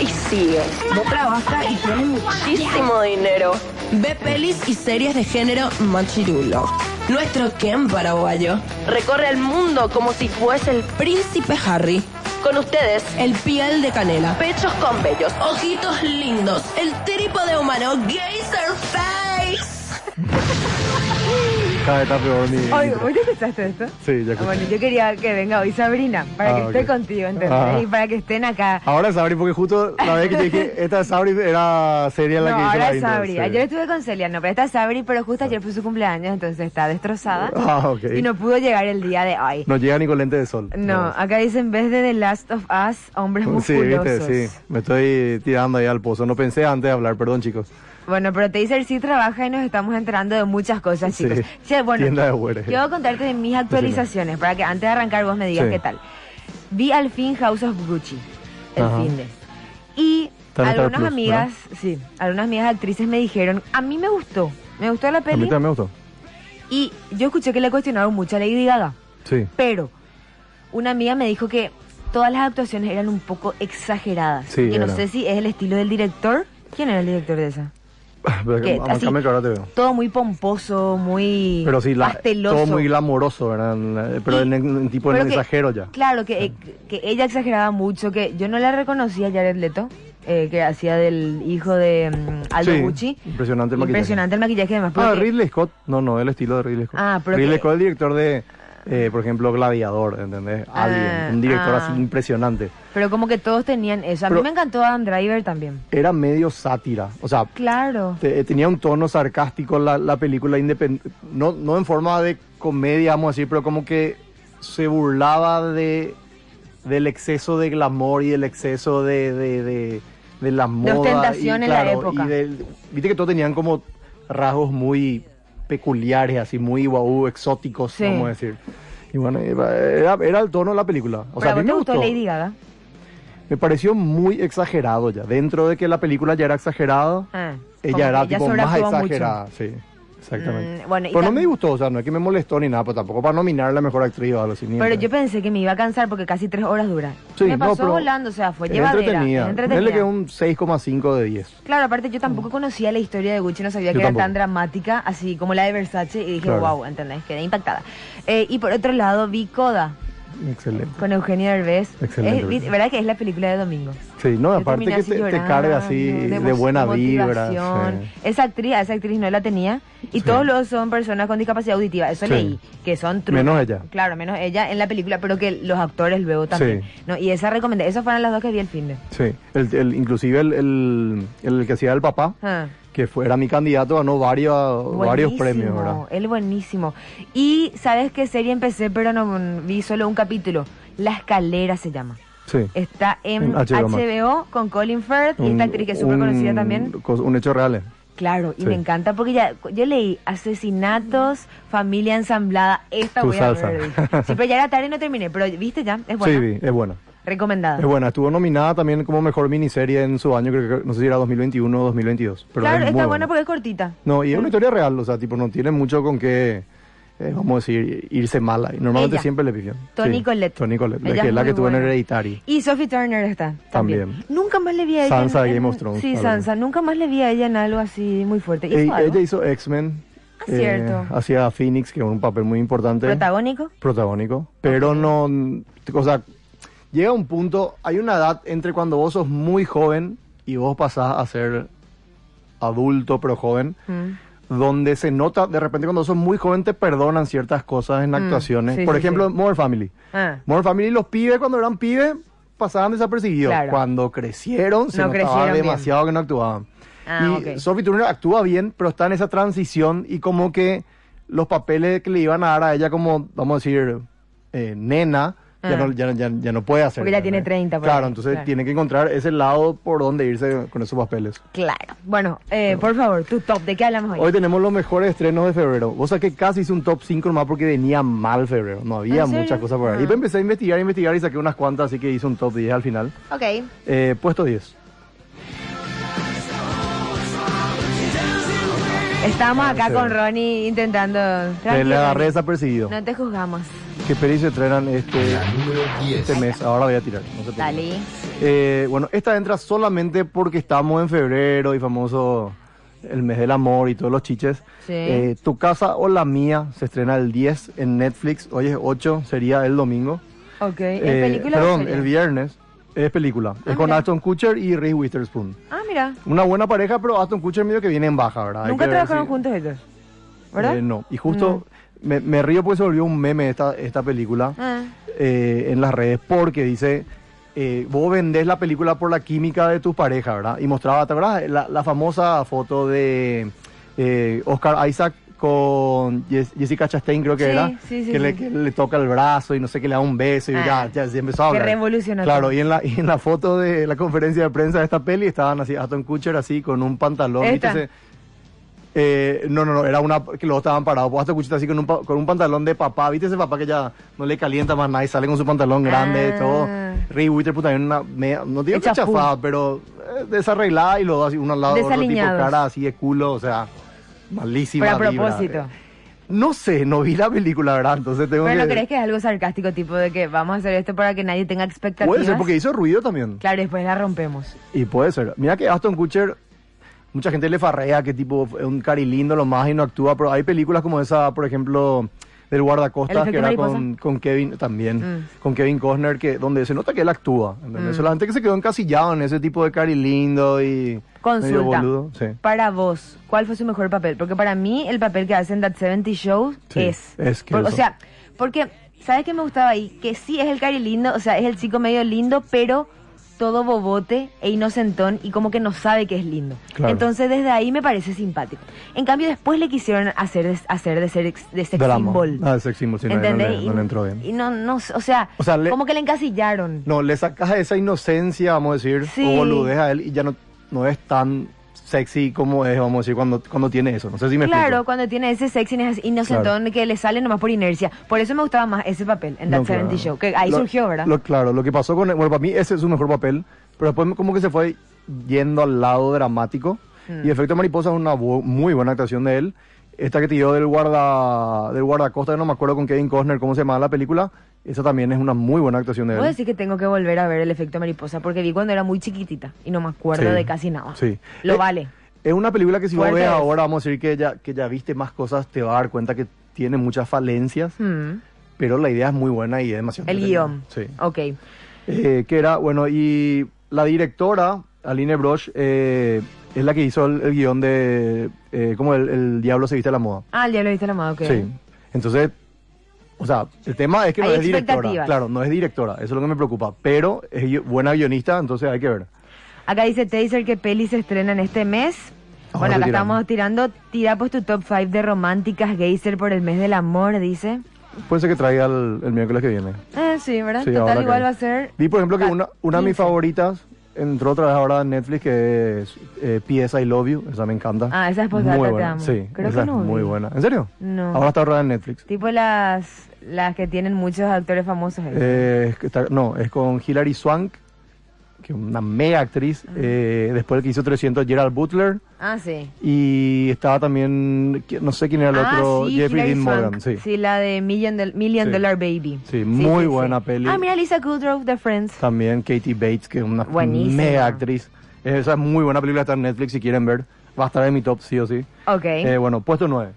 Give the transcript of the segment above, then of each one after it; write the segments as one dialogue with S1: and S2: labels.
S1: y sigue. No trabaja y tiene muchísimo dinero.
S2: Ve pelis y series de género machirulo. Nuestro Ken paraguayo.
S1: Recorre el mundo como si fuese el
S2: Príncipe Harry.
S1: con ustedes.
S2: El piel de canela.
S1: Pechos con bellos.
S2: Ojitos lindos. El trípode humano. Geyser Face.
S3: Cada etapa bonita.
S4: Oye, ¿vos ya escuchaste esto?
S3: Sí, ya escuché.
S4: Bueno, yo quería que venga hoy Sabrina, para
S3: Ah,
S4: que
S3: ok.
S4: esté contigo, ¿entendés?
S3: Ah.
S4: Y para que estén acá.
S3: Ahora Sabri, porque justo la vez que te dije, esta Sabri era seria la
S4: no,
S3: que hizo
S4: ahora
S3: la
S4: es
S3: intro,
S4: Sabri.
S3: sí.
S4: Ayer estuve con Celiano, pero está Sabri, pero justo ayer fue su cumpleaños, entonces está destrozada.
S3: Ah, ok.
S4: Y no pudo llegar el día de hoy.
S3: No llega ni con lente de sol.
S4: No, acá dice en vez de The Last of Us, hombres
S3: Sí, viste,
S4: musculosos.
S3: sí. Me estoy tirando ahí al pozo. No pensé antes de hablar, perdón, chicos.
S4: Bueno, pero Taser sí trabaja y nos estamos enterando de muchas cosas,
S3: Sí.
S4: chicos. Che, bueno,
S3: Tienda de güeres.
S4: quiero contarte de mis actualizaciones para que antes de arrancar vos me digas
S3: Sí.
S4: qué tal. Vi al fin House of Gucci el
S3: Ajá.
S4: fin de. Y
S3: Está en Star
S4: algunas
S3: Plus,
S4: amigas, sí, algunas amigas actrices me dijeron, a mí me gustó, me gustó la
S3: A mí
S4: peli
S3: también me gustó.
S4: y yo escuché que le cuestionaron mucho a Lady Gaga,
S3: Sí.
S4: pero una amiga me dijo que todas las actuaciones eran un poco exageradas.
S3: Sí,
S4: que no
S3: era.
S4: sé si es el estilo del director. ¿Quién era el director de esa? Que así-
S3: Amácame Eh, que ahora te veo.
S4: todo muy pomposo, muy
S3: Pero sí, la-
S4: pasteloso.
S3: todo muy glamoroso, ¿verdad? La- Pero
S4: Y-
S3: en, en tipo en
S4: Pero que-
S3: exagero ya.
S4: Claro, que, eh, que ella exageraba mucho, que yo no la reconocía Jared Leto, eh, que hacía del hijo de mm, Aldo
S3: Sí,
S4: Gucci.
S3: impresionante el maquillaje.
S4: Impresionante el maquillaje además. pero
S3: Ah,
S4: que-
S3: Ridley Scott. No, no, el estilo de Ridley Scott.
S4: Ah, pero
S3: Ridley
S4: que-
S3: Scott es el director de, eh, por ejemplo, Gladiador, ¿entendés?
S4: Ah,
S3: Alien. Un director
S4: ah.
S3: así impresionante.
S4: Pero como que todos tenían eso. A mí
S3: Pero-
S4: me encantó Adam Driver también.
S3: Era medio sátira. O sea,
S4: Claro.
S3: te- tenía un tono sarcástico la, la película, independ- no, no en forma de comedia, vamos a decir, pero como que se burlaba de del exceso de glamour y el exceso de, de, de, de las modas.
S4: ostentación
S3: y,
S4: en la
S3: claro,
S4: época.
S3: y del- Viste que todos tenían como rasgos muy peculiares, así muy guau, exóticos,
S4: Sí.
S3: vamos a decir. Y bueno, era, era el tono de la película. O
S4: Pero
S3: sea,
S4: a
S3: a mí
S4: vos te
S3: me
S4: gustó
S3: gustó.
S4: Lady Gaga.
S3: Me pareció muy exagerado ya. Dentro de que la película ya era exagerada,
S4: Ah, como que
S3: ella era tipo más
S4: sobreactuó mucho.
S3: exagerada, sí. Exactamente.
S4: Mm, bueno, y
S3: pero no
S4: tam-
S3: me gustó, o sea, no es que me molestó ni nada, pero tampoco para nominar a la mejor actriz o algo así. ni
S4: Pero
S3: nada.
S4: yo pensé que me iba a cansar porque casi tres horas dura.
S3: Sí,
S4: me
S3: no,
S4: pasó
S3: pero
S4: volando, o sea, fue
S3: es
S4: llevadera.
S3: entretenida.
S4: es
S3: Ponele
S4: entretenida.
S3: que un 6,5 de 10.
S4: Claro, aparte yo tampoco conocía la historia de Gucci, no sabía
S3: Mm. Yo
S4: que
S3: tampoco.
S4: era tan dramática, así como la de Versace, y dije,
S3: Claro.
S4: wow, ¿entendés? Quedé impactada. Eh, y por otro lado, vi Coda
S3: Excelente.
S4: con Eugenio Derbez.
S3: Excelente
S4: Es-
S3: película.
S4: ¿Verdad que es la película de domingo?
S3: Sí, no,
S4: Yo
S3: aparte
S4: terminé
S3: que
S4: así
S3: te, te
S4: llorando,
S3: carga así de,
S4: mo-
S3: buena vibra.
S4: motivación.
S3: sí.
S4: Esa actriz, a esa actriz no la tenía.
S3: Sí.
S4: Y todos los son personas con discapacidad auditiva. Eso
S3: Sí.
S4: leí, que son trucos.
S3: Menos ella.
S4: Claro, menos ella en la película, pero que los actores luego también.
S3: Sí.
S4: No, y esa recomendé. Esas fueron las dos que vi el fin de.
S3: Sí, el, el- inclusive el, el, el que hacía el papá,
S4: Ah.
S3: que fue, era mi candidato, ganó varios, varios premios,
S4: Buenísimo,
S3: ¿verdad?
S4: Él buenísimo. Y sabes qué serie empecé, pero no mm, vi solo un capítulo. La escalera se llama.
S3: Sí.
S4: Está en
S3: En HBO
S4: HBO,
S3: Max.
S4: con Colin Firth y esta actriz que es súper conocida
S3: un-
S4: también.
S3: cos- Un hecho real.
S4: Claro, y
S3: Sí.
S4: me encanta porque ya yo leí asesinatos, familia ensamblada, esta
S3: Tu
S4: voy
S3: salsa.
S4: a ver. dije. Sí, pero ya era tarde y no terminé, pero viste ya, es buena.
S3: Sí, vi, es buena.
S4: Recomendada.
S3: Es buena, estuvo nominada también como mejor miniserie en su año, creo que no sé si era 2021 o 2022. Pero
S4: claro,
S3: es
S4: está
S3: muy
S4: buena, porque es cortita.
S3: No, y es una historia real, o sea, tipo, no tiene mucho con qué, eh, vamos a decir, irse mal ahí. Normalmente
S4: Ella.
S3: siempre le pifian.
S4: Tony
S3: Sí,
S4: Collette.
S3: Tony Collette, la
S4: Ella
S3: que es la
S4: muy
S3: que estuvo en
S4: buena.
S3: Hereditary.
S4: Y Sophie Turner está también.
S3: También.
S4: Nunca más le vi a ella.
S3: Sansa
S4: en-
S3: de Game
S4: en-
S3: of Thrones,
S4: Sí,
S3: la verdad.
S4: Sansa. Nunca más le vi a ella en algo así muy fuerte. ¿Hizo
S3: Ey,
S4: algo?
S3: ella hizo X-Men.
S4: Ah, cierto.
S3: Hacía Phoenix, que es un papel muy importante.
S4: ¿Protagónico?
S3: protagónico, pero no, o sea, llega un punto, hay una edad entre cuando vos sos muy joven y vos pasás a ser adulto pero joven,
S4: Mm.
S3: donde se nota de repente cuando sos muy joven te perdonan ciertas cosas en actuaciones.
S4: Mm, sí,
S3: Por
S4: sí,
S3: ejemplo,
S4: sí.
S3: Modern Family.
S4: Ah.
S3: Modern Family, los pibes cuando eran pibes pasaban desapercibidos.
S4: Claro.
S3: Cuando crecieron se
S4: No
S3: notaba
S4: crecieron bien.
S3: demasiado que no actuaban.
S4: Ah,
S3: y
S4: ok.
S3: Sophie Turner actúa bien, pero está en esa transición y como que los papeles que le iban a dar a ella como, vamos a decir, eh, nena, ya,
S4: Ah.
S3: no, ya, ya- ya no puede hacer.
S4: Porque ya
S3: ¿entendés?
S4: tiene 30 por
S3: Claro,
S4: ahí,
S3: entonces
S4: claro.
S3: tiene que encontrar ese lado por donde irse con esos papeles.
S4: Claro. Bueno, eh, por favor, tu top, ¿de qué hablamos hoy?
S3: Hoy tenemos los mejores estrenos de febrero. O sea que casi hice un top 5 nomás porque venía mal febrero. No había
S4: ¿En serio?
S3: muchas cosas por ahí.
S4: Ah.
S3: Y pues empecé a investigar, investigar y saqué unas cuantas, así que hice un top 10 al final.
S4: Ok.
S3: Eh, puesto 10.
S4: Estábamos acá
S3: sí.
S4: con Ronnie intentando...
S3: Le Ah,
S4: Tranquilo,
S3: agarré
S4: Ronnie.
S3: Eh, desapercibido.
S4: No te juzgamos.
S3: que pelis se estrenan este,
S5: La número 10.
S3: este mes. Ahora voy a tirar. no se preocupen.
S4: Dale.
S3: Eh, bueno, esta entra solamente porque estamos en febrero y famoso el mes del amor y todos los chiches.
S4: Sí.
S3: Eh, tu casa o la mía se estrena el 10 en Netflix. Hoy es 8, sería el domingo.
S4: Ok.
S3: Eh,
S4: ¿En película o
S3: Perdón,
S4: serie? Ah,
S3: el viernes. Es película. es con
S4: mira.
S3: Ashton Kutcher y Reese Witherspoon.
S4: Ah, mira.
S3: Una buena pareja, pero Ashton Kutcher medio que viene en baja, ¿verdad? Hay
S4: Nunca
S3: que ver
S4: trabajaron
S3: si-
S4: juntos ellos. ¿Verdad? Mm.
S3: Eh, no. Y justo me, me río porque se volvió un meme esta, esta película
S4: Ah.
S3: eh, en las redes porque dice, eh, vos vendés la película por la química de tu pareja, ¿verdad? Y mostraba, ¿te acuerdas? La, la famosa foto de eh, Oscar Isaac con Yes- Jessica Chastain, creo que
S4: Sí,
S3: era,
S4: sí, sí,
S3: que, Le,
S4: sí.
S3: que le toca el brazo y no sé, que le da un beso y
S4: Ah,
S3: ya, ya se empezó a
S4: que
S3: hablar.
S4: revolucionó
S3: Claro,
S4: todo.
S3: y en, la, y en la foto de la conferencia de prensa de esta peli estaban así, Aston Kutcher así, con un pantalón.
S4: Esta.
S3: entonces eh, no, no, no, era una que los dos estaban parados. Pues hasta cuchita así con un, pa- con un pantalón de papá. ¿Viste ese papá que ya no le calienta más nada y sale con su pantalón grande
S4: Ah.
S3: y todo? Rey Witherspoon también una media- no digo que
S4: Hecha full.
S3: chafada, pero eh, desarreglada y los dos así, uno al lado de otro, tipo
S4: Desaliñados.
S3: cara así de culo, o sea, malísima.
S4: Pero a
S3: vibra.
S4: propósito.
S3: No sé, no vi la película, ¿verdad? Entonces tengo
S4: Pero
S3: que.
S4: no crees que es algo sarcástico, tipo de que vamos a hacer esto para que nadie tenga expectativas.
S3: Puede ser porque hizo ruido también.
S4: Claro, y después la rompemos.
S3: Y puede ser. Mira que Aston Kutcher, mucha gente le farrea que tipo es un cari lindo lo más y no actúa, pero hay películas como esa, por ejemplo, del
S4: El
S3: guardacostas que
S4: efecto
S3: era
S4: mariposa.
S3: con, con Kevin también,
S4: Mm.
S3: con Kevin Costner, que donde se nota que él actúa. ¿entendés? la gente que se quedó encasillado en ese tipo de cari lindo y medio
S4: Consulta.
S3: boludo. Sí.
S4: Para vos, ¿cuál fue su mejor papel? Porque para mí el papel que hacen That 70 Show
S3: Sí,
S4: es.
S3: es que
S4: Por- o
S3: eso.
S4: sea, porque, ¿sabes qué me gustaba ahí? Que sí es el cari lindo, o sea, es el chico medio lindo, pero todo bobote e inocentón y como que no sabe que es lindo.
S3: Claro.
S4: Entonces desde ahí me parece simpático. En cambio después le quisieron hacer de, hacer de ser ex- de sex
S3: Drama.
S4: symbol.
S3: Ah, de sex symbol, sí, no- no le-
S4: ¿Entendés?
S3: no
S4: Y-
S3: le entró bien.
S4: Y no, no, o sea,
S3: O sea, le-
S4: como que le encasillaron.
S3: No, le sacas esa inocencia, vamos a decir,
S4: Sí.
S3: o boludez a él y ya no, no es tan sexy como es, vamos a decir, cuando, cuando tiene eso. No sé si me
S4: Claro,
S3: explico.
S4: cuando tiene ese sexiness inocentón que le sale nomás por inercia. Por eso me gustaba más ese papel en That
S3: No,
S4: 70
S3: claro.
S4: Show. Que ahí
S3: Lo-
S4: surgió, ¿verdad?
S3: lo- claro, lo que pasó con él, bueno, para mí ese es su mejor papel, pero después como que se fue yendo al lado dramático.
S4: Mm.
S3: Y Efecto Mariposa es una bu- muy buena actuación de él. Esta que tiró del guarda del guardacosta, no me acuerdo con Kevin Costner cómo se llamaba la película, esa también es una muy buena actuación de
S4: Voy a
S3: él.
S4: decir que tengo que volver a ver el efecto mariposa porque vi cuando era muy chiquitita y no me acuerdo
S3: Sí.
S4: de casi nada.
S3: Sí.
S4: Lo
S3: Eh,
S4: vale.
S3: Es una película que si vos
S4: Fuerte
S3: ves
S4: es.
S3: ahora, vamos a decir que ya, que ya viste más cosas, te va a dar cuenta que tiene muchas falencias,
S4: Mm.
S3: pero la idea es muy buena y es demasiado
S4: El
S3: entretenida.
S4: guión.
S3: Sí.
S4: Ok.
S3: Eh, que era, bueno, y la directora, Aline Brosh, eh, es la que hizo el, el guión de eh, como el, el Diablo se viste a la moda.
S4: Ah, ya lo viste la moda, ok.
S3: Sí. Entonces, o sea, el tema es que no
S4: Hay
S3: es directora.
S4: expectativas.
S3: Claro, no es directora, eso es lo que me preocupa. Pero es gui- buena guionista, entonces hay que ver.
S4: Acá dice Taser que peli se estrena en este mes.
S3: Ahora
S4: bueno, acá
S3: te tiramos.
S4: estamos tirando. Tira pues tu top 5 de románticas geyser por el mes del amor, dice.
S3: Puede ser que traiga el, el miércoles que viene.
S4: Eh, sí, ¿verdad?
S3: Sí, ahora
S4: Total,
S3: que-
S4: igual va a ser.
S3: Vi, por ejemplo, que
S4: Ah,
S3: una, una de mis
S4: 15.
S3: favoritas entró otra vez ahora en Netflix, que es eh, PS I Love You. Esa me encanta.
S4: Ah, esa es posdata,
S3: Muy
S4: te
S3: buena.
S4: amo.
S3: Sí,
S4: Creo
S3: esa
S4: que no
S3: es muy
S4: vi.
S3: buena. ¿En serio?
S4: No.
S3: Ahora está ahora en Netflix.
S4: Tipo las, las que tienen muchos actores famosos. ahí.
S3: Eh, es que está- no, es con Hilary Swank, que es una mega actriz. eh, después el que hizo 300, Gerald Butler.
S4: ah, sí.
S3: Y estaba también, qui- no sé quién era el
S4: ah,
S3: otro,
S4: sí,
S3: Jeffrey
S4: Hilary
S3: Dean
S4: Swank.
S3: Morgan. Sí,
S4: la de Million, Dol- Million
S3: Sí.
S4: Dollar Baby.
S3: Sí, muy buena peli.
S4: Ah, mira, Lisa Kudrow de Friends.
S3: También Katie Bates, que es una
S4: Buenísima.
S3: mega actriz. Esa es muy buena película, está en Netflix si quieren ver. Va a estar en mi top, sí o sí.
S4: Ok.
S3: Eh, bueno, puesto 9.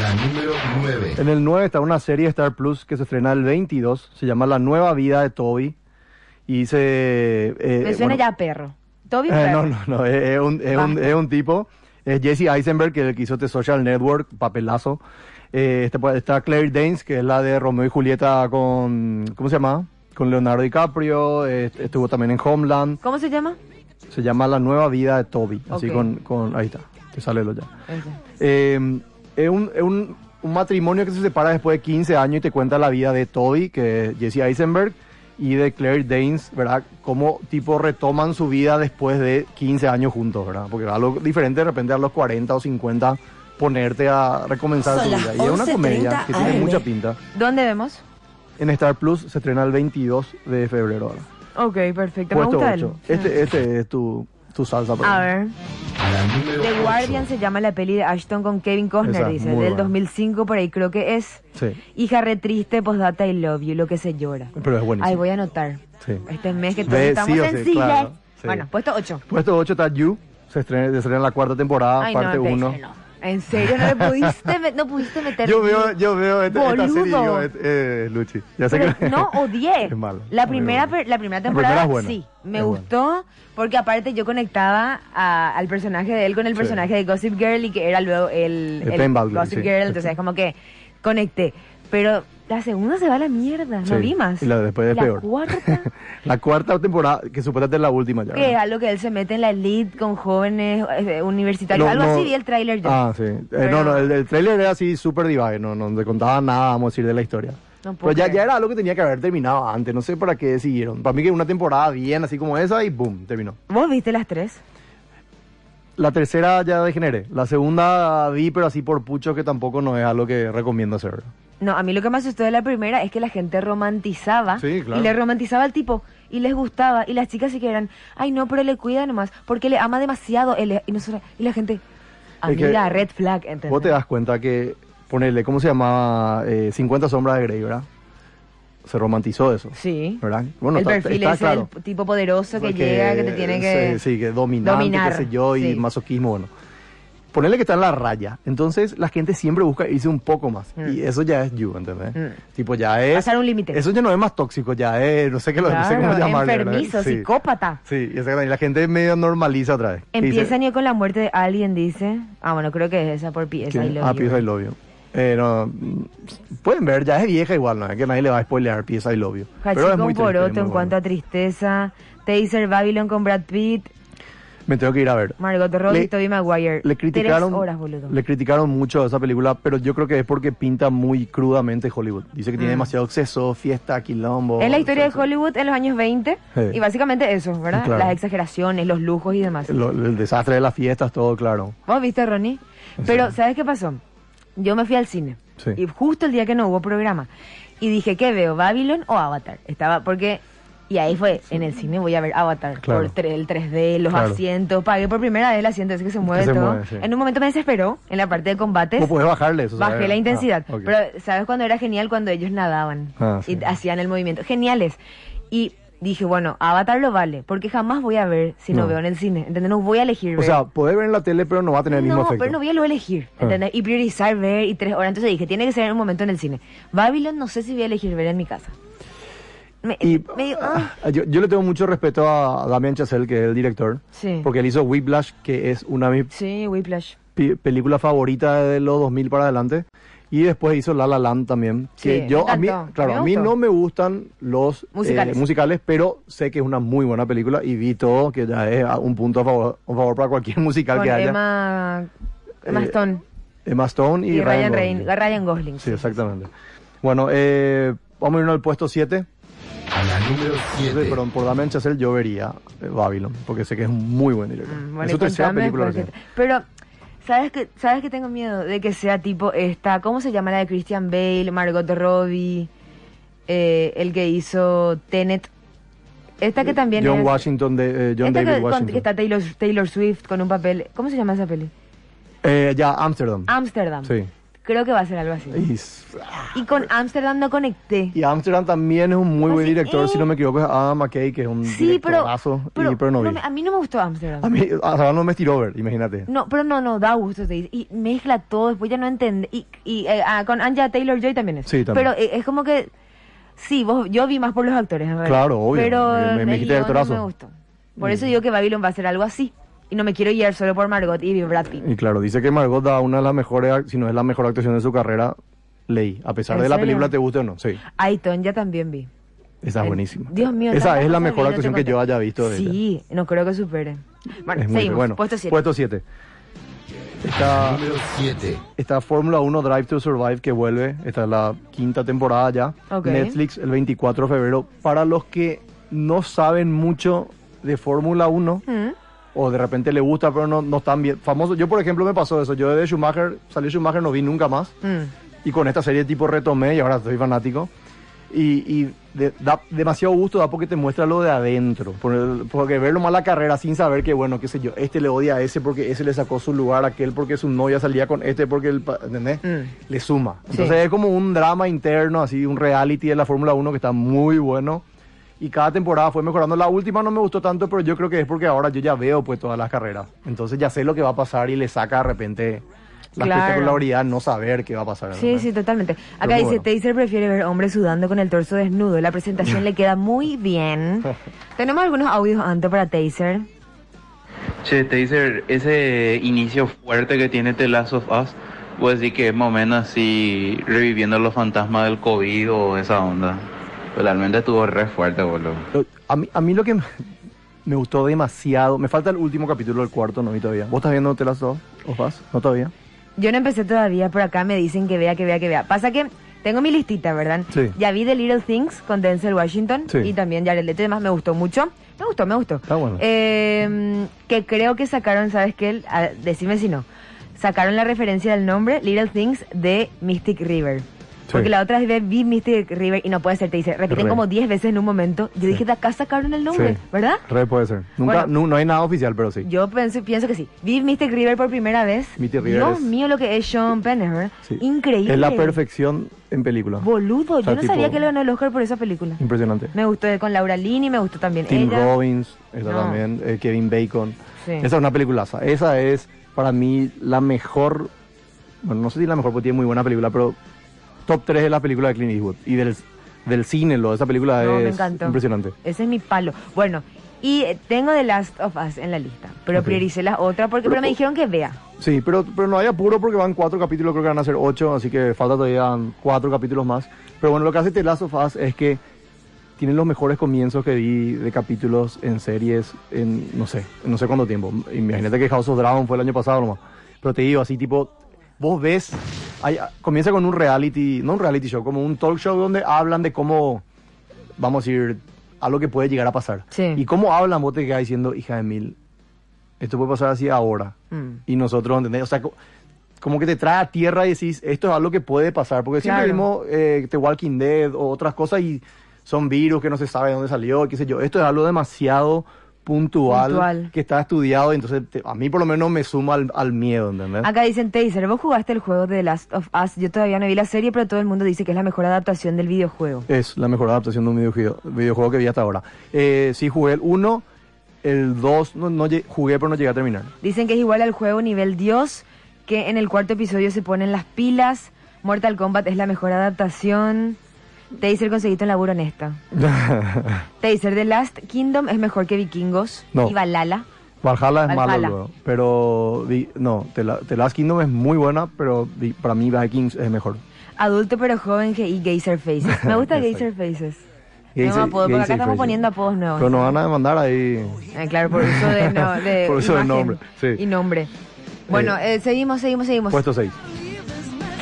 S5: La número 9.
S3: En el 9 está una serie de Star Plus que se estrena el 22. Se llama La Nueva Vida de Toby. Y se... eh,
S4: Me
S3: bueno,
S4: suena ya a perro. Toby
S3: Eh, no,
S4: Perro.
S3: no, no, es, es un, es un-
S4: Basta.
S3: es un tipo, es Jesse Eisenberg, que es el que hizo The Social Network, papelazo. Eh, este, pues, está Claire Danes, que es la de Romeo y Julieta con, ¿cómo se llama? Con Leonardo DiCaprio, eh, estuvo también en Homeland,
S4: ¿Cómo se llama?
S3: se llama La Nueva Vida de Toby, así
S4: Ok.
S3: con, con, ahí está, te sale lo ya.
S4: Ese.
S3: Eh, es un, es un- un matrimonio que se separa después de 15 años y te cuenta la vida de Toby, que es Jesse Eisenberg, y de Claire Danes, ¿verdad? Cómo tipo retoman su vida después de 15 años juntos, ¿verdad? Porque es algo diferente de repente a los 40 o 50 ponerte a recomenzar
S2: Son
S3: tu
S2: las
S3: vida. Y es una
S2: 11:30
S3: comedia que tiene
S2: AM.
S3: mucha pinta.
S4: ¿Dónde vemos?
S3: En Star Plus se estrena el 22 de febrero ahora.
S4: Ok, perfecto. Me
S3: Puesto
S4: gusta
S3: 8.
S4: él.
S3: Este, este es tu, tu salsa. para
S4: A
S3: mí.
S4: ver.
S5: La número
S4: The Guardian
S5: ocho.
S4: se llama la peli de Ashton con Kevin Costner,
S3: Esa es
S4: dice,
S3: muy
S4: del
S3: buena.
S4: 2005 por ahí creo que es.
S3: Sí.
S4: Hija re triste, postdata I love you, lo que se llora.
S3: Pero es buenísimo.
S4: Ay, voy a anotar.
S3: Sí.
S4: Este mes que
S3: Ve,
S4: todos
S3: sí
S4: estamos
S3: o sí,
S4: sensibles.
S3: claro, sí.
S4: Bueno, puesto 8.
S3: Puesto 8 está You. Se estrena, se estrena la cuarta temporada,
S4: Ay,
S3: Ah, parte
S4: no, te-
S3: 1.
S4: no. En serio, no le pudiste, me- no pudiste meter.
S3: Yo veo, yo veo esta, esta
S4: Boludo.
S3: serie y digo, eh, eh, Luchi. Ya sé
S4: Pero
S3: que
S4: no odié.
S3: Es malo.
S4: La primera, per- la primera temporada
S3: es buena.
S4: sí, me
S3: Es buena.
S4: gustó porque aparte yo conectaba a- al personaje de él con el
S3: Sí.
S4: personaje de Gossip Girl y que era luego el,
S3: El Ben Baldwin,
S4: Gossip
S3: sí.
S4: Girl, entonces es como que conecté. Pero la segunda se va a la mierda,
S3: Sí,
S4: no vi más.
S3: y la después es
S4: La
S3: peor.
S4: cuarta,
S3: la cuarta temporada, que supuestamente es la última ya.
S4: que es
S3: ¿verdad?
S4: algo que él se mete en la elite con jóvenes eh, universitarios,
S3: No,
S4: algo
S3: no-
S4: así vi el tráiler yo.
S3: Ah, sí. Eh,
S4: Pero-
S3: no, no, el, el trailer era así súper divague, no, no te contaba nada, vamos a decir, de la historia.
S4: No
S3: Pero
S4: puedo
S3: ya,
S4: creer.
S3: ya era algo que tenía que haber terminado antes, no sé para qué decidieron. Para mí que una temporada bien, así como esa, y boom, terminó.
S4: ¿Vos viste las tres?
S3: La tercera ya degeneré. La segunda vi, pero así por pucho que tampoco no es algo que recomiendo hacer.
S4: No, a mí lo que me asustó de la primera es que la gente romantizaba
S3: Sí, claro.
S4: y le romantizaba al tipo y les gustaba y las chicas se eran, ay no, pero le cuida nomás porque le ama demasiado él es-". y nosotros y la gente a
S3: Es
S4: mí
S3: que
S4: la red flag, ¿entendés?
S3: Vos te das cuenta que, ponele, ¿cómo se llamaba? Eh, 50 sombras de Grey, ¿verdad? Se romantizó eso.
S4: Sí.
S3: ¿Verdad? Bueno,
S4: el
S3: está,
S4: perfil
S3: está
S4: ese
S3: claro.
S4: del tipo poderoso que, llega, que te tiene que
S3: Sí, sí, que dominante,
S4: dominar,
S3: qué sé yo, y
S4: sí.
S3: masoquismo, bueno. Ponele que está en la raya. Entonces, la gente siempre busca irse un poco más.
S4: Mm.
S3: Y eso ya es you, ¿entendés?
S4: Mm.
S3: Tipo, ya es...
S4: pasar un límite.
S3: Eso ya no es más tóxico, ya es... No sé, qué lo, no sé
S4: Claro,
S3: cómo llamarle, ¿verdad?
S4: enfermizo,
S3: Sí.
S4: psicópata.
S3: Sí, y esa gran- y la gente medio normaliza otra vez. Que dice,
S4: Empiezan y con la muerte de alguien dice, ah bueno, creo que es esa por pieza
S3: ¿quién? Ah, Pieza y Lobio. Eh, no, mm, pueden ver, ya es vieja igual, ¿no? Que nadie le va a spoilear Pieza y Lobio. Pero
S4: Hachiko
S3: es muy
S4: un
S3: triste,
S4: poroto
S3: es muy
S4: en cuanto a
S3: bueno.
S4: tristeza, Taser Babylon con Brad Pitt,
S3: Me tengo que ir a ver.
S4: Margot Robbie,
S3: Le-
S4: Tobey Maguire.
S3: Le criticaron,
S4: Tres horas, boludo.
S3: le criticaron mucho a esa película, pero yo creo que es porque pinta muy crudamente Hollywood. Dice que tiene demasiado exceso, fiesta, quilombo.
S4: Mm. es la historia de
S3: etcétera.
S4: Hollywood en los años 20
S3: Oh, Sí.
S4: y básicamente eso, ¿verdad?
S3: Claro.
S4: Las exageraciones, los lujos y demás.
S3: Lo- el desastre de las fiestas, todo claro.
S4: ¿Vos viste, Ronnie? Pero, ¿sabes qué pasó? Yo me fui al cine
S3: Sí.
S4: y justo el día que no hubo programa y dije, ¿qué veo? ¿Babylon o Avatar? Estaba, porque... Y ahí fue, en el cine voy a ver Avatar,
S3: Claro.
S4: por tre- el 3D, los
S3: Claro.
S4: asientos, pagué por primera vez el asiento ese que se mueve
S3: se
S4: todo.
S3: mueve, sí.
S4: En un momento me desesperó en la parte de combates.
S3: Vos podés bajarle eso. ¿sabes?
S4: Bajé la intensidad.
S3: Ah, ok.
S4: Pero, ¿sabes cuando era genial? Cuando ellos nadaban
S3: Ah,
S4: y
S3: sí.
S4: hacían el movimiento. Geniales. Y dije, bueno, Avatar lo vale, porque jamás voy a ver si no,
S3: No.
S4: veo en el cine. ¿Entendés? No voy a elegir ver.
S3: o sea, podés ver en la tele, pero no va a tener el mismo
S4: no,
S3: efecto.
S4: pero no voy a lo elegir,
S3: Ah.
S4: ¿entendés? Y priorizar ver y tres horas. Entonces dije, tiene que ser en un momento en el cine. Babylon no sé si voy a elegir ver en mi casa. Me,
S3: Y
S4: me digo, ah,
S3: ah, yo, yo le tengo mucho respeto a Damián Chazelle, que es el director,
S4: Sí.
S3: porque él hizo Whiplash, que es una de mis
S4: sí, Whiplash.
S3: pi- películas favoritas de los 2000 para adelante. Y después hizo La La Land también.
S4: Sí,
S3: que yo,
S4: me
S3: a mí,
S4: encantó.
S3: claro,
S4: Me
S3: a mí
S4: gustó.
S3: no me gustan los eh,
S4: Musicales.
S3: musicales, pero sé que es una muy buena película y vi todo, que ya es ah, un punto a favor, a favor para cualquier musical
S4: Con
S3: que haya.
S4: Emma, Emma
S3: Eh,
S4: Stone
S3: Emma Stone y,
S4: y, Ryan,
S3: Gosling.
S4: Rein- Ryan Gosling.
S3: Sí, exactamente. Bueno, eh, vamos a irnos al puesto 7.
S5: La número
S3: Entonces,
S5: 7.
S3: Pero por Damien Chazelle yo vería eh, Babylon, porque sé que es un muy buen director.
S4: Mm, bueno,
S3: es
S4: y
S3: su tercera
S4: contame
S3: película.
S4: después
S3: recién.
S4: que- Pero, ¿sabes que, ¿sabes que tengo miedo? De que sea tipo esta, ¿cómo se llama la de Christian Bale, Margot Robbie, eh, el que hizo Tenet? Esta que también
S3: Eh, John
S4: es-
S3: Washington, de, eh, John
S4: esta que-
S3: David
S4: con-
S3: Washington.
S4: que está Taylor, Taylor Swift con un papel. ¿Cómo se llama esa peli?
S3: Eh, ya, Amsterdam.
S4: Amsterdam.
S3: Sí.
S4: Creo que va a ser algo así.
S3: Y, s-
S4: Y con Amsterdam no conecté.
S3: y Amsterdam también es un muy buen
S4: Así,
S3: director,
S4: eh.
S3: si no me equivoco, es Adam McKay, que es un
S4: Sí, pero,
S3: directorazo, y-
S4: pero,
S3: pero no vi.
S4: me- a mí no me gustó Amsterdam.
S3: A mí, o sea, no me estiró ver, imagínate.
S4: No, pero no, no, da gusto, te dice. Y mezcla todo, después ya no entiende. Y, y eh, ah, con Anja Taylor Joy también es.
S3: Sí, también.
S4: Pero eh, es como que. Sí, vos, yo vi más por los actores, en realidad.
S3: Claro, obvio.
S4: Pero
S3: Me- me
S4: el
S3: dijiste Mm.
S4: guión no
S3: actorazo.
S4: me gustó. Por eso digo que Babylon va a ser algo así. Y no me quiero guiar solo por Margot y Brad Pitt.
S3: Y claro, dice que Margot da una de las mejores, ac- si no es la mejor actuación de su carrera, leí. A pesar
S4: ¿En
S3: de la
S4: serio?
S3: película, te guste o no, sí.
S4: Aiton ya también vi.
S3: Esa
S4: El-
S3: es buenísima.
S4: Eh, Dios mío.
S3: Ah, Esa
S4: tantas
S3: es la
S4: cosas
S3: mejor
S4: vi, no te
S3: actuación que
S4: conté.
S3: yo haya visto de ella.
S4: Sí, no creo que supere. Bueno,
S3: Es muy
S4: seguimos.
S3: bueno.
S4: Puesto 7.
S3: Puesto 7.
S5: La
S3: Esta,
S5: número 7.
S3: esta Fórmula 1 Drive to Survive que vuelve. Esta es la quinta temporada ya.
S4: Ok.
S3: Netflix el 24 de febrero. Para los que no saben mucho de Fórmula 1
S4: Mm,
S3: o de repente le gusta pero no, no están bien famosos. Yo, por ejemplo, me pasó eso. Yo de
S4: mm,
S3: Schumacher, salí Schumacher, no vi nunca más. Y con esta serie tipo retomé y ahora soy fanático. Y, y de- da demasiado gusto, da porque te muestra lo de adentro. Por el- porque verlo más la carrera sin saber que, bueno, qué sé yo, este le odia a ese porque ese le sacó su lugar a aquel porque su novia salía con este porque el. pa- ¿Entendés?
S4: Mm.
S3: Le suma.
S4: Sí.
S3: Entonces es como un drama interno, así, un reality de la Fórmula 1 que está muy bueno. Y cada temporada fue mejorando. La última no me gustó tanto, pero yo creo que es porque ahora yo ya veo pues todas las carreras. Entonces ya sé lo que va a pasar y le saca de repente la
S4: Claro.
S3: espectacularidad no saber qué va a pasar.
S4: Sí,
S3: ¿entendés?
S4: sí, totalmente. Acá dice,
S3: bueno.
S4: Taser prefiere ver hombres sudando con el torso desnudo. La presentación le queda muy bien. Tenemos algunos audios antes para Taser.
S6: Che, Taser, ese inicio fuerte que tiene The Last of Us, pues sí que es más o menos así reviviendo los fantasmas del COVID o esa onda. Realmente estuvo re fuerte, boludo.
S3: Lo- A mí, a mí lo que me- me gustó demasiado. Me falta el último capítulo del cuarto, no vi todavía. ¿Vos estás viendo The Last of Us? ¿No todavía?
S4: Yo no empecé todavía, por acá me dicen que vea, que vea, que vea. Pasa que tengo mi listita, ¿verdad?
S3: Sí.
S4: Ya vi The Little Things con Denzel Washington
S3: Sí.
S4: y también Jared Leto y demás. Me gustó mucho. Me gustó, me gustó.
S3: Está bueno.
S4: Eh, que creo que sacaron, ¿sabes qué? A- decime si no. Sacaron la referencia del nombre Little Things de Mystic River. Porque la otra vez vi Mystic River y no puede ser, te dice, repiten
S3: Re.
S4: como 10 veces en un momento. Yo dije, de acá sacaron el nombre,
S3: Sí.
S4: ¿verdad?
S3: Re puede ser. Nunca,
S4: Bueno.
S3: nu- no hay nada oficial, pero sí.
S4: Yo pienso, pienso que sí. Vi Mystic River por primera vez.
S3: Mystic River
S4: Dios
S3: es-
S4: mío, lo que es Sean Penn, ¿verdad?
S3: Sí.
S4: Increíble.
S3: Es la perfección en película.
S4: Boludo,
S3: O sea,
S4: yo no
S3: tipo-
S4: sabía que le ganó el Oscar por esa película.
S3: Impresionante.
S4: Me gustó con Laura Linney, me gustó también
S3: Tim
S4: ella.
S3: Robbins, está
S4: No.
S3: también, eh, Kevin Bacon.
S4: Ah. Sí.
S3: Esa es una peliculaza. Esa es para mí la mejor, bueno, no sé si la mejor porque tiene muy buena película, pero top 3 de la película de Clint Eastwood y del, del cine, lo de esa película
S4: No,
S3: es
S4: me encantó.
S3: impresionante.
S4: Ese es mi palo. Bueno, y eh, tengo The Last of Us en la lista, pero
S3: Ok.
S4: prioricé las otras porque pero me dijeron que vea.
S3: Sí, pero, pero no hay apuro porque van cuatro capítulos, creo que van a ser ocho, así que falta todavía cuatro capítulos más. Pero bueno, lo que hace The Last of Us es que tienen los mejores comienzos que vi de capítulos en series en, no sé, no sé cuánto tiempo. Imagínate que House of Dragon fue el año pasado nomás. Pero te digo, así tipo, vos ves, hay- comienza con un reality, no un reality show, como un talk show donde hablan de cómo, vamos a decir, algo que puede llegar a pasar.
S4: Sí.
S3: Y cómo hablan, vos te quedás diciendo, hija de mil, esto puede pasar así ahora.
S4: Mm.
S3: Y nosotros, ¿entendés? O sea, co- como que te trae a tierra y decís, esto es algo que puede pasar. Porque siempre
S4: Claro.
S3: vimos eh, The Walking Dead o otras cosas y son virus que no se sabe de dónde salió, qué sé yo. Esto es algo demasiado puntual,
S4: Puntual.
S3: que está estudiado. Entonces, te- a mí por lo menos me suma al, al miedo, ¿entendés?
S4: Acá dicen, Taser, vos jugaste el juego de The Last of Us. Yo todavía no vi la serie, pero todo el mundo dice que es la mejor adaptación del videojuego.
S3: Es la mejor adaptación de un videojuego, videojuego que vi hasta ahora. Eh, sí, jugué el 1, el 2, no, no lle- jugué pero no llegué a terminar.
S4: Dicen que es igual al juego nivel Dios, que en el cuarto episodio se ponen las pilas. Mortal Kombat es la mejor adaptación. Taser conseguiste un laburo honesta. Taser, The Last Kingdom es mejor que Vikingos
S3: No.
S4: y Valhalla.
S3: Valhalla es malo,
S4: Valhalla.
S3: luego, pero di- no, The La- The Last Kingdom es muy buena, pero di- para mí Vikings es mejor.
S4: Adulto pero joven G- y Geyser Faces. Me gusta
S3: Exacto.
S4: Geyser Faces.
S3: Gay
S4: Nuevo
S3: se-
S4: apodo, porque
S3: gay
S4: acá
S3: se
S4: estamos
S3: dice.
S4: poniendo apodos nuevos.
S3: Pero nos van a demandar ahí.
S4: Ah, claro, por uso de, no- de
S3: Por uso de
S4: imagen
S3: nombre, sí.
S4: y nombre. Bueno, eh, seguimos, seguimos, seguimos.
S3: Puesto 6.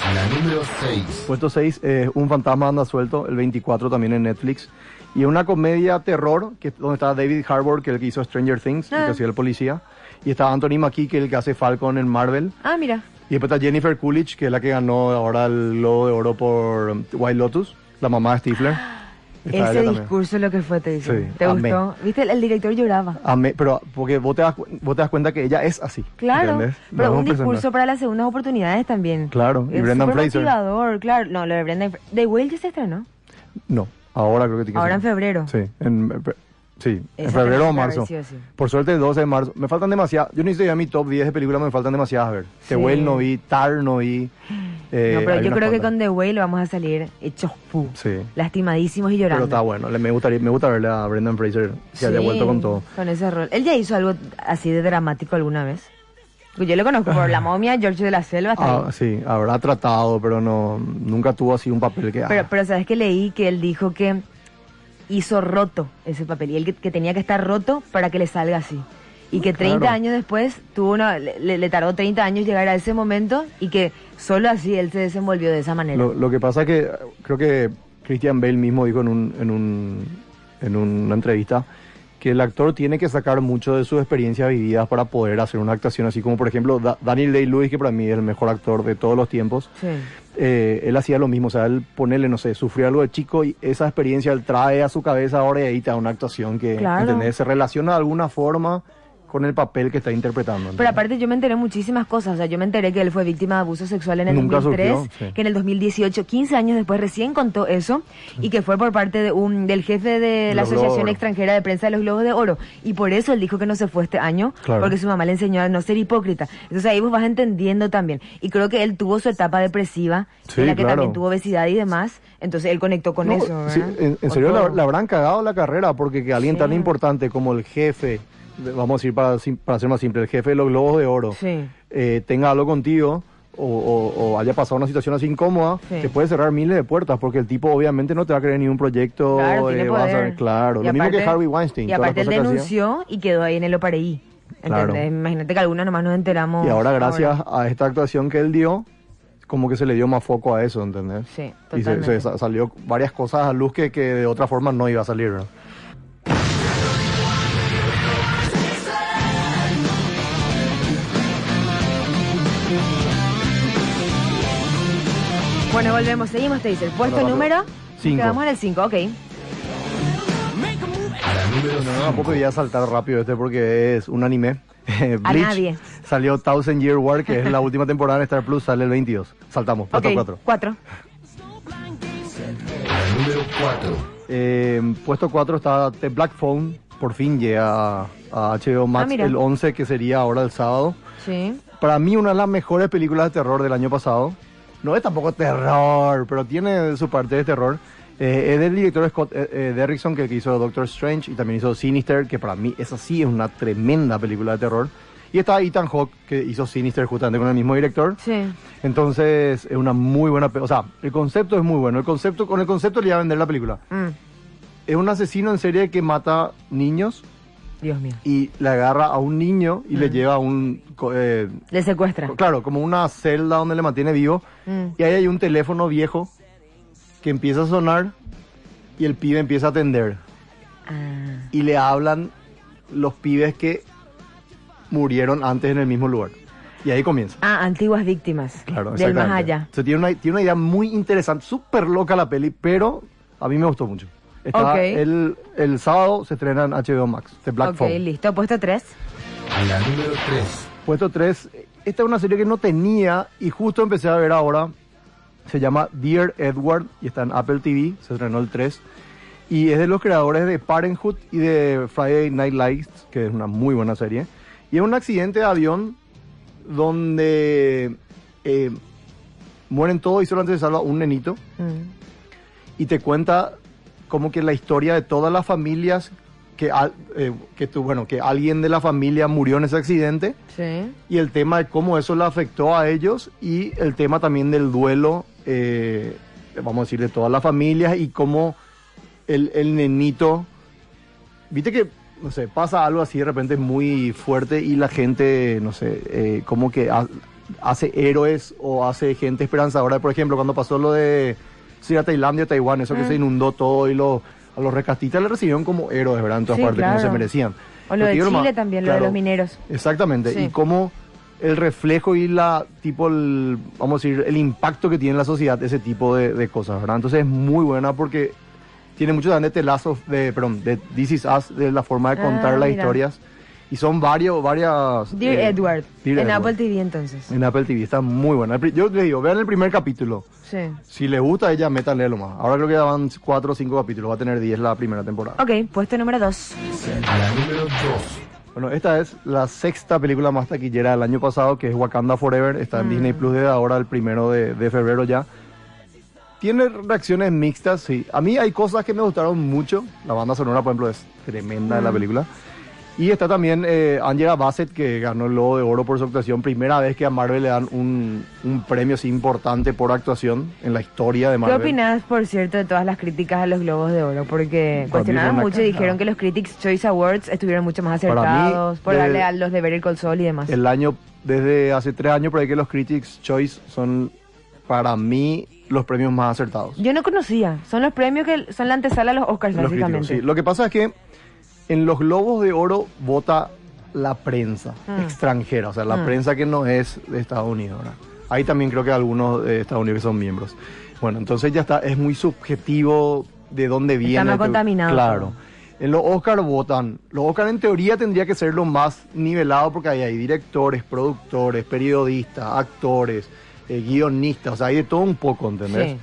S5: A la número 6.
S3: Puesto 6 es Un fantasma anda suelto, el 24 también en Netflix. Y es una comedia terror, que donde está David Harbour, que es el que hizo Stranger Things, el
S4: Ah.
S3: que hacía el policía. Y está Anthony Mackie, que es el que hace Falcon en Marvel.
S4: Ah, mira.
S3: Y después está Jennifer Coolidge, que es la que ganó ahora el Globo de Oro por um, White Lotus, la mamá de Stifler. Está ella
S4: Ese
S3: también.
S4: discurso es lo que fue, te dice.
S3: Sí,
S4: ¿Te
S3: amé.
S4: gustó? Viste, el, el director lloraba.
S3: Amé- pero porque vos te, das, cu- vos te das cuenta que ella es así.
S4: Claro,
S3: ¿entendés? No
S4: pero
S3: es
S4: un
S3: personaje.
S4: discurso para las segundas oportunidades también.
S3: Claro, y
S4: Es
S3: Brendan
S4: súper
S3: Fraser.
S4: motivador, claro. No, lo de Brendan Fraser. The Whale ya se estrenó.
S3: No, ahora creo que tiene que
S4: Ahora en
S3: ser.
S4: febrero.
S3: Sí, en, eh, fe- sí, en
S4: Esa
S3: febrero o
S4: tenemos que
S3: marzo.
S4: ver sí o sí.
S3: Por suerte, el 12 de marzo. Me faltan demasiadas. Yo necesito ya mi top 10 de películas, me faltan demasiadas. A ver,
S4: Sí.
S3: The Whale no vi, Tar no vi. eh,
S4: no, pero
S3: hay
S4: yo
S3: unas
S4: creo
S3: cuantas.
S4: que con The Whale vamos a salir hechos pu.
S3: Sí.
S4: Lastimadísimos y
S3: Pero
S4: llorando.
S3: está bueno, le- me, gustaría, me gusta verle a Brendan Fraser que haya
S4: Sí,
S3: vuelto con todo.
S4: Con ese rol. Él ya hizo algo así de dramático alguna vez. Pues Yo lo conozco por La Momia, George de la Selva. hasta ahí.
S3: Ah, sí, habrá tratado, pero no nunca tuvo así un papel que. ah,
S4: Pero, pero sabes que leí que él dijo que hizo roto ese papel y él que, que tenía que estar roto para que le salga así. Y que 30
S3: Claro.
S4: años después tuvo una, le, le tardó 30 años llegar a ese momento y que solo así él se desenvolvió de esa manera.
S3: Lo, lo que pasa es que eh, creo que Christian Bale mismo dijo en, un, en, un, en una entrevista que el actor tiene que sacar mucho de sus experiencias vividas para poder hacer una actuación así como por ejemplo Da- Daniel Day-Lewis que para mí es el mejor actor de todos los tiempos
S4: Sí.
S3: eh, él hacía lo mismo, o sea, él ponerle, no sé, sufrió algo de chico y esa experiencia él trae a su cabeza ahora y ahí te da una actuación que
S4: Claro.
S3: ¿entendés? se relaciona de alguna forma con el papel que está interpretando.
S4: Pero
S3: ¿entendés?
S4: aparte yo me enteré muchísimas cosas, o sea, yo me enteré que él fue víctima de abuso sexual en el
S3: Nunca
S4: 2003,
S3: surgió, sí.
S4: que en el 2018, 15 años después recién contó eso y que fue por parte de un del jefe de la
S3: Los
S4: Asociación
S3: Globos.
S4: Extranjera de Prensa de los Globos de Oro y por eso él dijo que no se fue este año
S3: Claro.
S4: porque su mamá le enseñó a no ser hipócrita. Entonces ahí vos vas entendiendo también y creo que él tuvo su etapa depresiva,
S3: Sí,
S4: en la que
S3: claro.
S4: también tuvo obesidad y demás, entonces él conectó con
S3: No,
S4: eso, ¿verdad?
S3: sí, en, en
S4: Con
S3: serio,
S4: todo.
S3: la, la habrán cagado la carrera porque que alguien tan importante como el jefe, de- vamos a decir para, sim- para ser más simple, el jefe de los Globos de Oro,
S4: Sí.
S3: eh, tenga algo contigo o, o- o haya pasado una situación así incómoda,
S4: Sí.
S3: te puede cerrar miles de puertas porque el tipo obviamente no te va a creer ni un proyecto.
S4: Claro, tiene
S3: eh, vas a
S4: poder.
S3: ver, claro.
S4: Y
S3: lo mismo que
S4: aparte-
S3: Harvey Weinstein.
S4: Y
S3: todas las
S4: aparte él
S3: cosas que hacía.
S4: denunció y quedó ahí en el Opareí.
S3: Claro.
S4: ¿entendés? Imagínate que alguna nomás nos enteramos.
S3: Y ahora, gracias
S4: ahora.
S3: a esta actuación que él dio, como que se le dio más foco a eso, ¿entendés?
S4: Sí,
S3: Y se- se,
S4: totalmente.
S3: sa- salió varias cosas a luz que, que de otra forma no iba a salir, ¿no?
S4: Bueno, volvemos, seguimos, te dice. Puesto
S3: Ahora
S4: número.
S3: Cinco.
S4: Quedamos en el 5, ok.
S5: La número
S3: Tampoco
S5: 5.
S3: voy a saltar rápido este porque es un anime. Eh,
S4: A
S3: Bleach
S4: nadie.
S3: Salió Thousand Year War, que es la última temporada en Star Plus, sale el 22. Saltamos, puesto
S4: Ok,
S3: 4.
S4: cuatro.
S5: La número 4.
S3: Eh, puesto 4 está The Black Phone. Por fin llega a, a HBO Max
S4: Ah, mira.
S3: el 11, que sería ahora el sábado.
S4: Sí.
S3: Para mí una de las mejores películas de terror del año pasado. No es tampoco terror, pero tiene su parte de terror. Eh, es del director Scott eh, eh, Derrickson, que hizo Doctor Strange y también hizo Sinister, que para mí esa sí es una tremenda película de terror. Y está Ethan Hawke, que hizo Sinister justamente con el mismo director.
S4: Sí.
S3: Entonces es una muy buena... pe- O sea, el concepto es muy bueno. El concepto, con el concepto le iba a vender la película.
S4: Mm,
S3: Es un asesino en serie que mata niños
S4: Dios mío.
S3: y le agarra a un niño y le lleva a un... co- eh,
S4: Le secuestra.
S3: Claro, como una celda donde le mantiene vivo.
S4: Mm.
S3: Y ahí hay un teléfono viejo que empieza a sonar y el pibe empieza a atender.
S4: Ah,
S3: Y le hablan los pibes que murieron antes en el mismo lugar. Y ahí comienza.
S4: Ah, antiguas víctimas.
S3: Claro,
S4: Del más
S3: exactamente.
S4: allá.
S3: O sea, tiene, una, tiene una idea muy interesante, súper loca la peli, pero a mí me gustó mucho. Está
S4: Ok.
S3: el, el sábado se estrena en HBO Max, The Black
S4: ok,
S3: Phone.
S4: listo. Puesto tres.
S5: La número 3.
S3: Puesto 3. Esta es una serie que no tenía y justo empecé a ver ahora. Se llama Dear Edward y está en Apple TV. Se estrenó el 3. Y es de los creadores de Parenthood y de Friday Night Lights, que es una muy buena serie. Y es un accidente de avión donde eh, mueren todos y solamente se salva un nenito
S4: Mm.
S3: y te cuenta como que la historia de todas las familias que, al- eh, que tu- bueno que alguien de la familia murió en ese accidente
S4: Sí.
S3: y el tema de cómo eso le afectó a ellos y el tema también del duelo, eh, vamos a decir, de todas las familias y cómo el, el nenito, viste que, no sé, pasa algo así de repente muy fuerte y la gente, no sé, eh, como que ha- hace héroes o hace gente esperanzadora. Por ejemplo, cuando pasó lo de sí, a Tailandia, Taiwán, eso que
S4: Mm.
S3: se inundó todo y lo- a los rescatistas le recibieron como héroes, ¿verdad? En todas
S4: Sí,
S3: partes, como
S4: claro.
S3: se merecían.
S4: O lo de
S3: que digo nomás,
S4: Chile también, lo de
S3: claro,
S4: los mineros.
S3: Exactamente.
S4: Sí.
S3: Y cómo el reflejo y la, tipo, el, vamos a decir, el impacto que tiene en la sociedad ese tipo de, de cosas, ¿verdad? Entonces es muy buena porque tiene mucho también de telazos, de, perdón, de This Is Us, de la forma de contar
S4: Ah,
S3: las
S4: mira.
S3: historias. Y son varios, varias...
S4: Dear
S3: eh,
S4: Edward.
S3: Dear Edward.
S4: en
S3: Mm.
S4: Apple TV entonces.
S3: En Apple TV, está muy buena. El pri- Yo les digo, vean el primer capítulo.
S4: Sí.
S3: Si les gusta, ella métanle lo más. Ahora creo que ya van cuatro o cinco capítulos, va a tener 10 la primera temporada.
S4: Ok, puesto número dos.
S5: La número 2.
S3: Bueno, esta es la sexta película más taquillera del año pasado, que es Wakanda Forever. Está en Disney Plus desde ahora, el primero de, de febrero ya. Tiene reacciones mixtas, sí. A mí hay cosas que me gustaron mucho. La banda sonora, por ejemplo, es tremenda en la película. Y está también eh, Angela Bassett, que ganó el Lobo de Oro por su actuación. Primera vez que a Marvel le dan un, un premio así importante por actuación en la historia de
S4: ¿Qué
S3: Marvel.
S4: opinas, por cierto, de todas las críticas a los Globos de Oro? Porque
S3: Para
S4: cuestionaron
S3: mí fue una
S4: mucho y
S3: cagada.
S4: dijeron que los Critics Choice Awards estuvieron mucho más
S3: Para mí,
S4: acertados por
S3: de-
S4: darle a los de ver el col sol y demás.
S3: El año, desde hace tres años, por ahí que los Critics' Choice son, para mí, los premios más acertados.
S4: Yo no conocía. Son los premios que son la antesala a los Oscars,
S3: Los críticos,
S4: básicamente.
S3: sí. Lo que pasa es que en los globos de oro vota la prensa
S4: Mm.
S3: extranjera, o sea, la
S4: Mm.
S3: prensa que no es de Estados Unidos. ¿verdad? Ahí también creo que algunos de Estados Unidos que son miembros. Bueno, entonces ya está, es muy subjetivo de dónde viene.
S4: más
S3: este-
S4: contaminado.
S3: Claro. En los Oscar votan. Los Oscar en teoría tendría que ser lo más nivelado porque ahí hay directores, productores, periodistas, actores, eh, guionistas, o sea, hay de todo un poco, ¿entendés?
S4: Sí.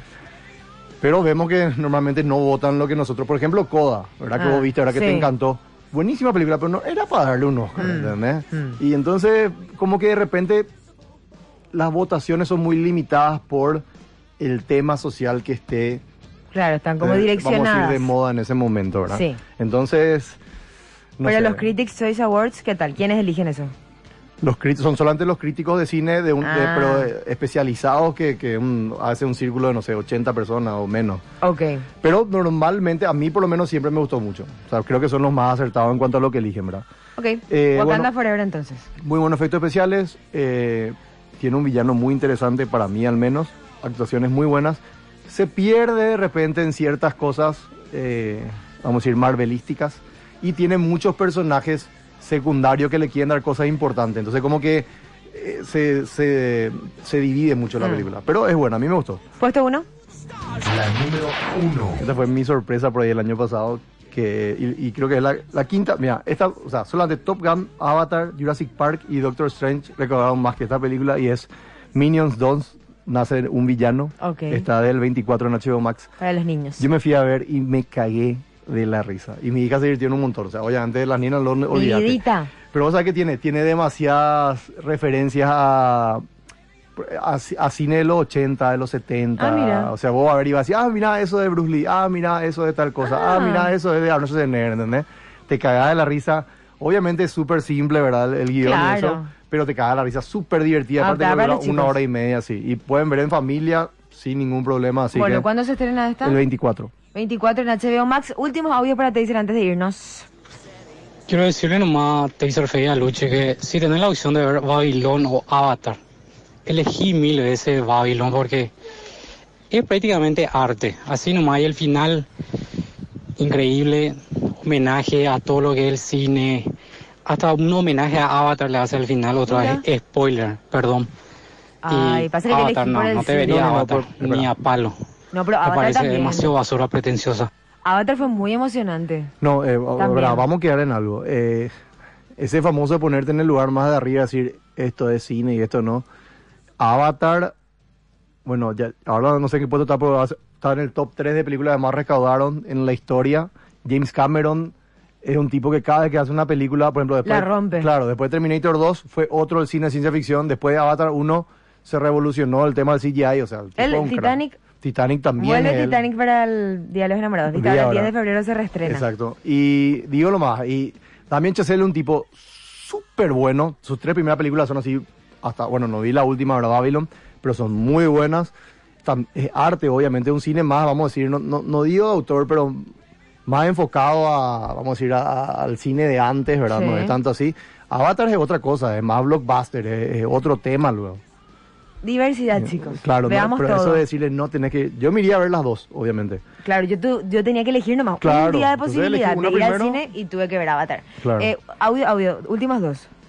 S3: Pero vemos que normalmente no votan lo que nosotros. Por ejemplo, Coda, ¿verdad? Que
S4: Ah,
S3: vos viste, ahora que te
S4: sí.
S3: encantó. Buenísima película, pero no era para darle un Oscar,
S4: Mm,
S3: ¿entendés?
S4: mm.
S3: Y entonces, como que de repente las votaciones son muy limitadas por el tema social que esté,
S4: Claro, están como
S3: eh, vamos a
S4: direccionadas.
S3: decir, de moda en ese momento, ¿verdad?
S4: Sí.
S3: Entonces, no
S4: Pero
S3: sé,
S4: los Critics Choice Awards, ¿qué tal? ¿Quiénes eligen eso?
S3: los crit- son solamente los críticos de cine, de un, de-
S4: Ah.
S3: pero eh, especializados que, que un- hace un círculo de, no sé, 80 personas o menos.
S4: Ok.
S3: Pero normalmente, a mí por lo menos siempre me gustó mucho. O sea, creo que son los más acertados en cuanto a lo que eligen, ¿verdad?
S4: Ok.
S3: Eh,
S4: Wakanda
S3: bueno.
S4: Forever entonces.
S3: Muy buenos efectos especiales. eh, tiene un villano muy interesante para mí al menos. Actuaciones muy buenas. Se pierde de repente en ciertas cosas, eh, vamos a decir, marvelísticas. Y tiene muchos personajes secundarios que le quieren dar cosas importantes. Entonces como que eh, se, se- se divide mucho la
S4: Mm.
S3: película. Pero es buena, a mí me gustó.
S4: Puesto uno.
S5: La número uno.
S3: Esta fue mi sorpresa por ahí el año pasado. Que, y, y creo que es la, la quinta. Mira, esta, o sea, solamente Top Gun, Avatar, Jurassic Park y Doctor Strange recordaron más que esta película. Y es Minions 2, nace un villano.
S4: Ok.
S3: Está del 24 en HBO Max.
S4: Para los niños.
S3: Yo me fui a ver y me cagué de la risa. Y mi hija se divirtió en un montón. O sea, obviamente las niñas lo olvidaste.
S4: Lidita.
S3: Pero ¿sabes qué tiene? Tiene demasiadas referencias a, a, a cine de los 80, de los 70.
S4: Ah, mira.
S3: O sea, vos a ver y vas a decir, ah, mira eso de Bruce Lee, ah, mira eso de tal cosa, ah,
S4: Ah.
S3: mira eso de Arnold Schwarzenegger, ¿entendés? Te cagás de la risa. Obviamente es súper simple, ¿verdad? El, el guión y
S4: Claro.
S3: eso. Pero te cagás de la risa, súper divertida.
S4: Ah,
S3: Aparte,
S4: para
S3: dura
S4: los
S3: una
S4: chicos.
S3: hora y media, sí. Y pueden ver en familia sin ningún problema, así
S4: bueno,
S3: que...
S4: ¿cuándo se estrena esta?
S3: ¿eh? El 24.
S4: 24 en HBO Max. Últimos audios para te dicen antes de irnos.
S7: Quiero decirle nomás a Taser Fey y a Luche que si tenés la opción de ver Babylon o Avatar, elegí mil veces Babylon porque es prácticamente arte. Así nomás y el final increíble, homenaje a todo lo que es el cine, hasta un homenaje a Avatar le hace al final otra vez. Spoiler, perdón.
S4: Ay,
S7: Y
S4: pasa que elegí
S7: Avatar no,
S4: por el
S7: no te
S4: cine.
S7: vería
S3: No, no, no,
S7: Avatar
S3: por-
S7: ni a palo.
S4: No, pero
S7: Me
S4: Avatar
S7: parece
S4: también.
S7: demasiado basura pretenciosa.
S4: Avatar fue muy emocionante.
S3: No, eh, ahora,
S4: También.
S3: vamos a quedar en algo. Eh, ese famoso ponerte en el lugar más de arriba, decir esto es cine y esto no. Avatar, bueno, ya, ahora no sé en qué puesto está, pero va a ser- está en el top 3 de películas que más recaudaron en la historia. James Cameron es un tipo que cada vez que hace una película, por ejemplo, después.
S4: La rompe.
S3: Claro, después de Terminator 2 fue otro el cine de ciencia ficción. Después de Avatar 1 se revolucionó el tema del CGI, o sea, el, tipo
S4: El
S3: es un crack.
S4: Titanic.
S3: Titanic también.
S4: Vuelve
S3: él.
S4: Titanic para el Día de los Enamorados.
S3: Olvida
S4: Titanic, el 10
S3: ahora.
S4: de febrero se reestrena.
S3: Exacto. Y digo lo más, y también Chazelle es un tipo súper bueno. Sus tres primeras películas son así, hasta, bueno, no vi la última, ahora Babylon, pero son muy buenas. Tam- es arte, obviamente, un cine más, vamos a decir, no, no, no digo de autor, pero más enfocado a, vamos a decir, a- a- al cine de antes, ¿verdad?
S4: Sí.
S3: No es tanto así. Avatar es otra cosa, es más blockbuster, es, es otro tema luego.
S4: Diversidad, chicos.
S3: Claro, no,
S4: Veamos
S3: pero
S4: todo.
S3: eso de decirle no tenés que. Yo me iría a ver las dos, obviamente.
S4: Claro, yo, tu- yo tenía que elegir nomás
S3: Claro,
S4: un día de
S3: entonces elegí
S4: posibilidad de
S3: una
S4: ir al
S3: primero.
S4: cine y tuve que ver Avatar.
S3: Claro.
S4: Eh, audio, audio, últimas dos.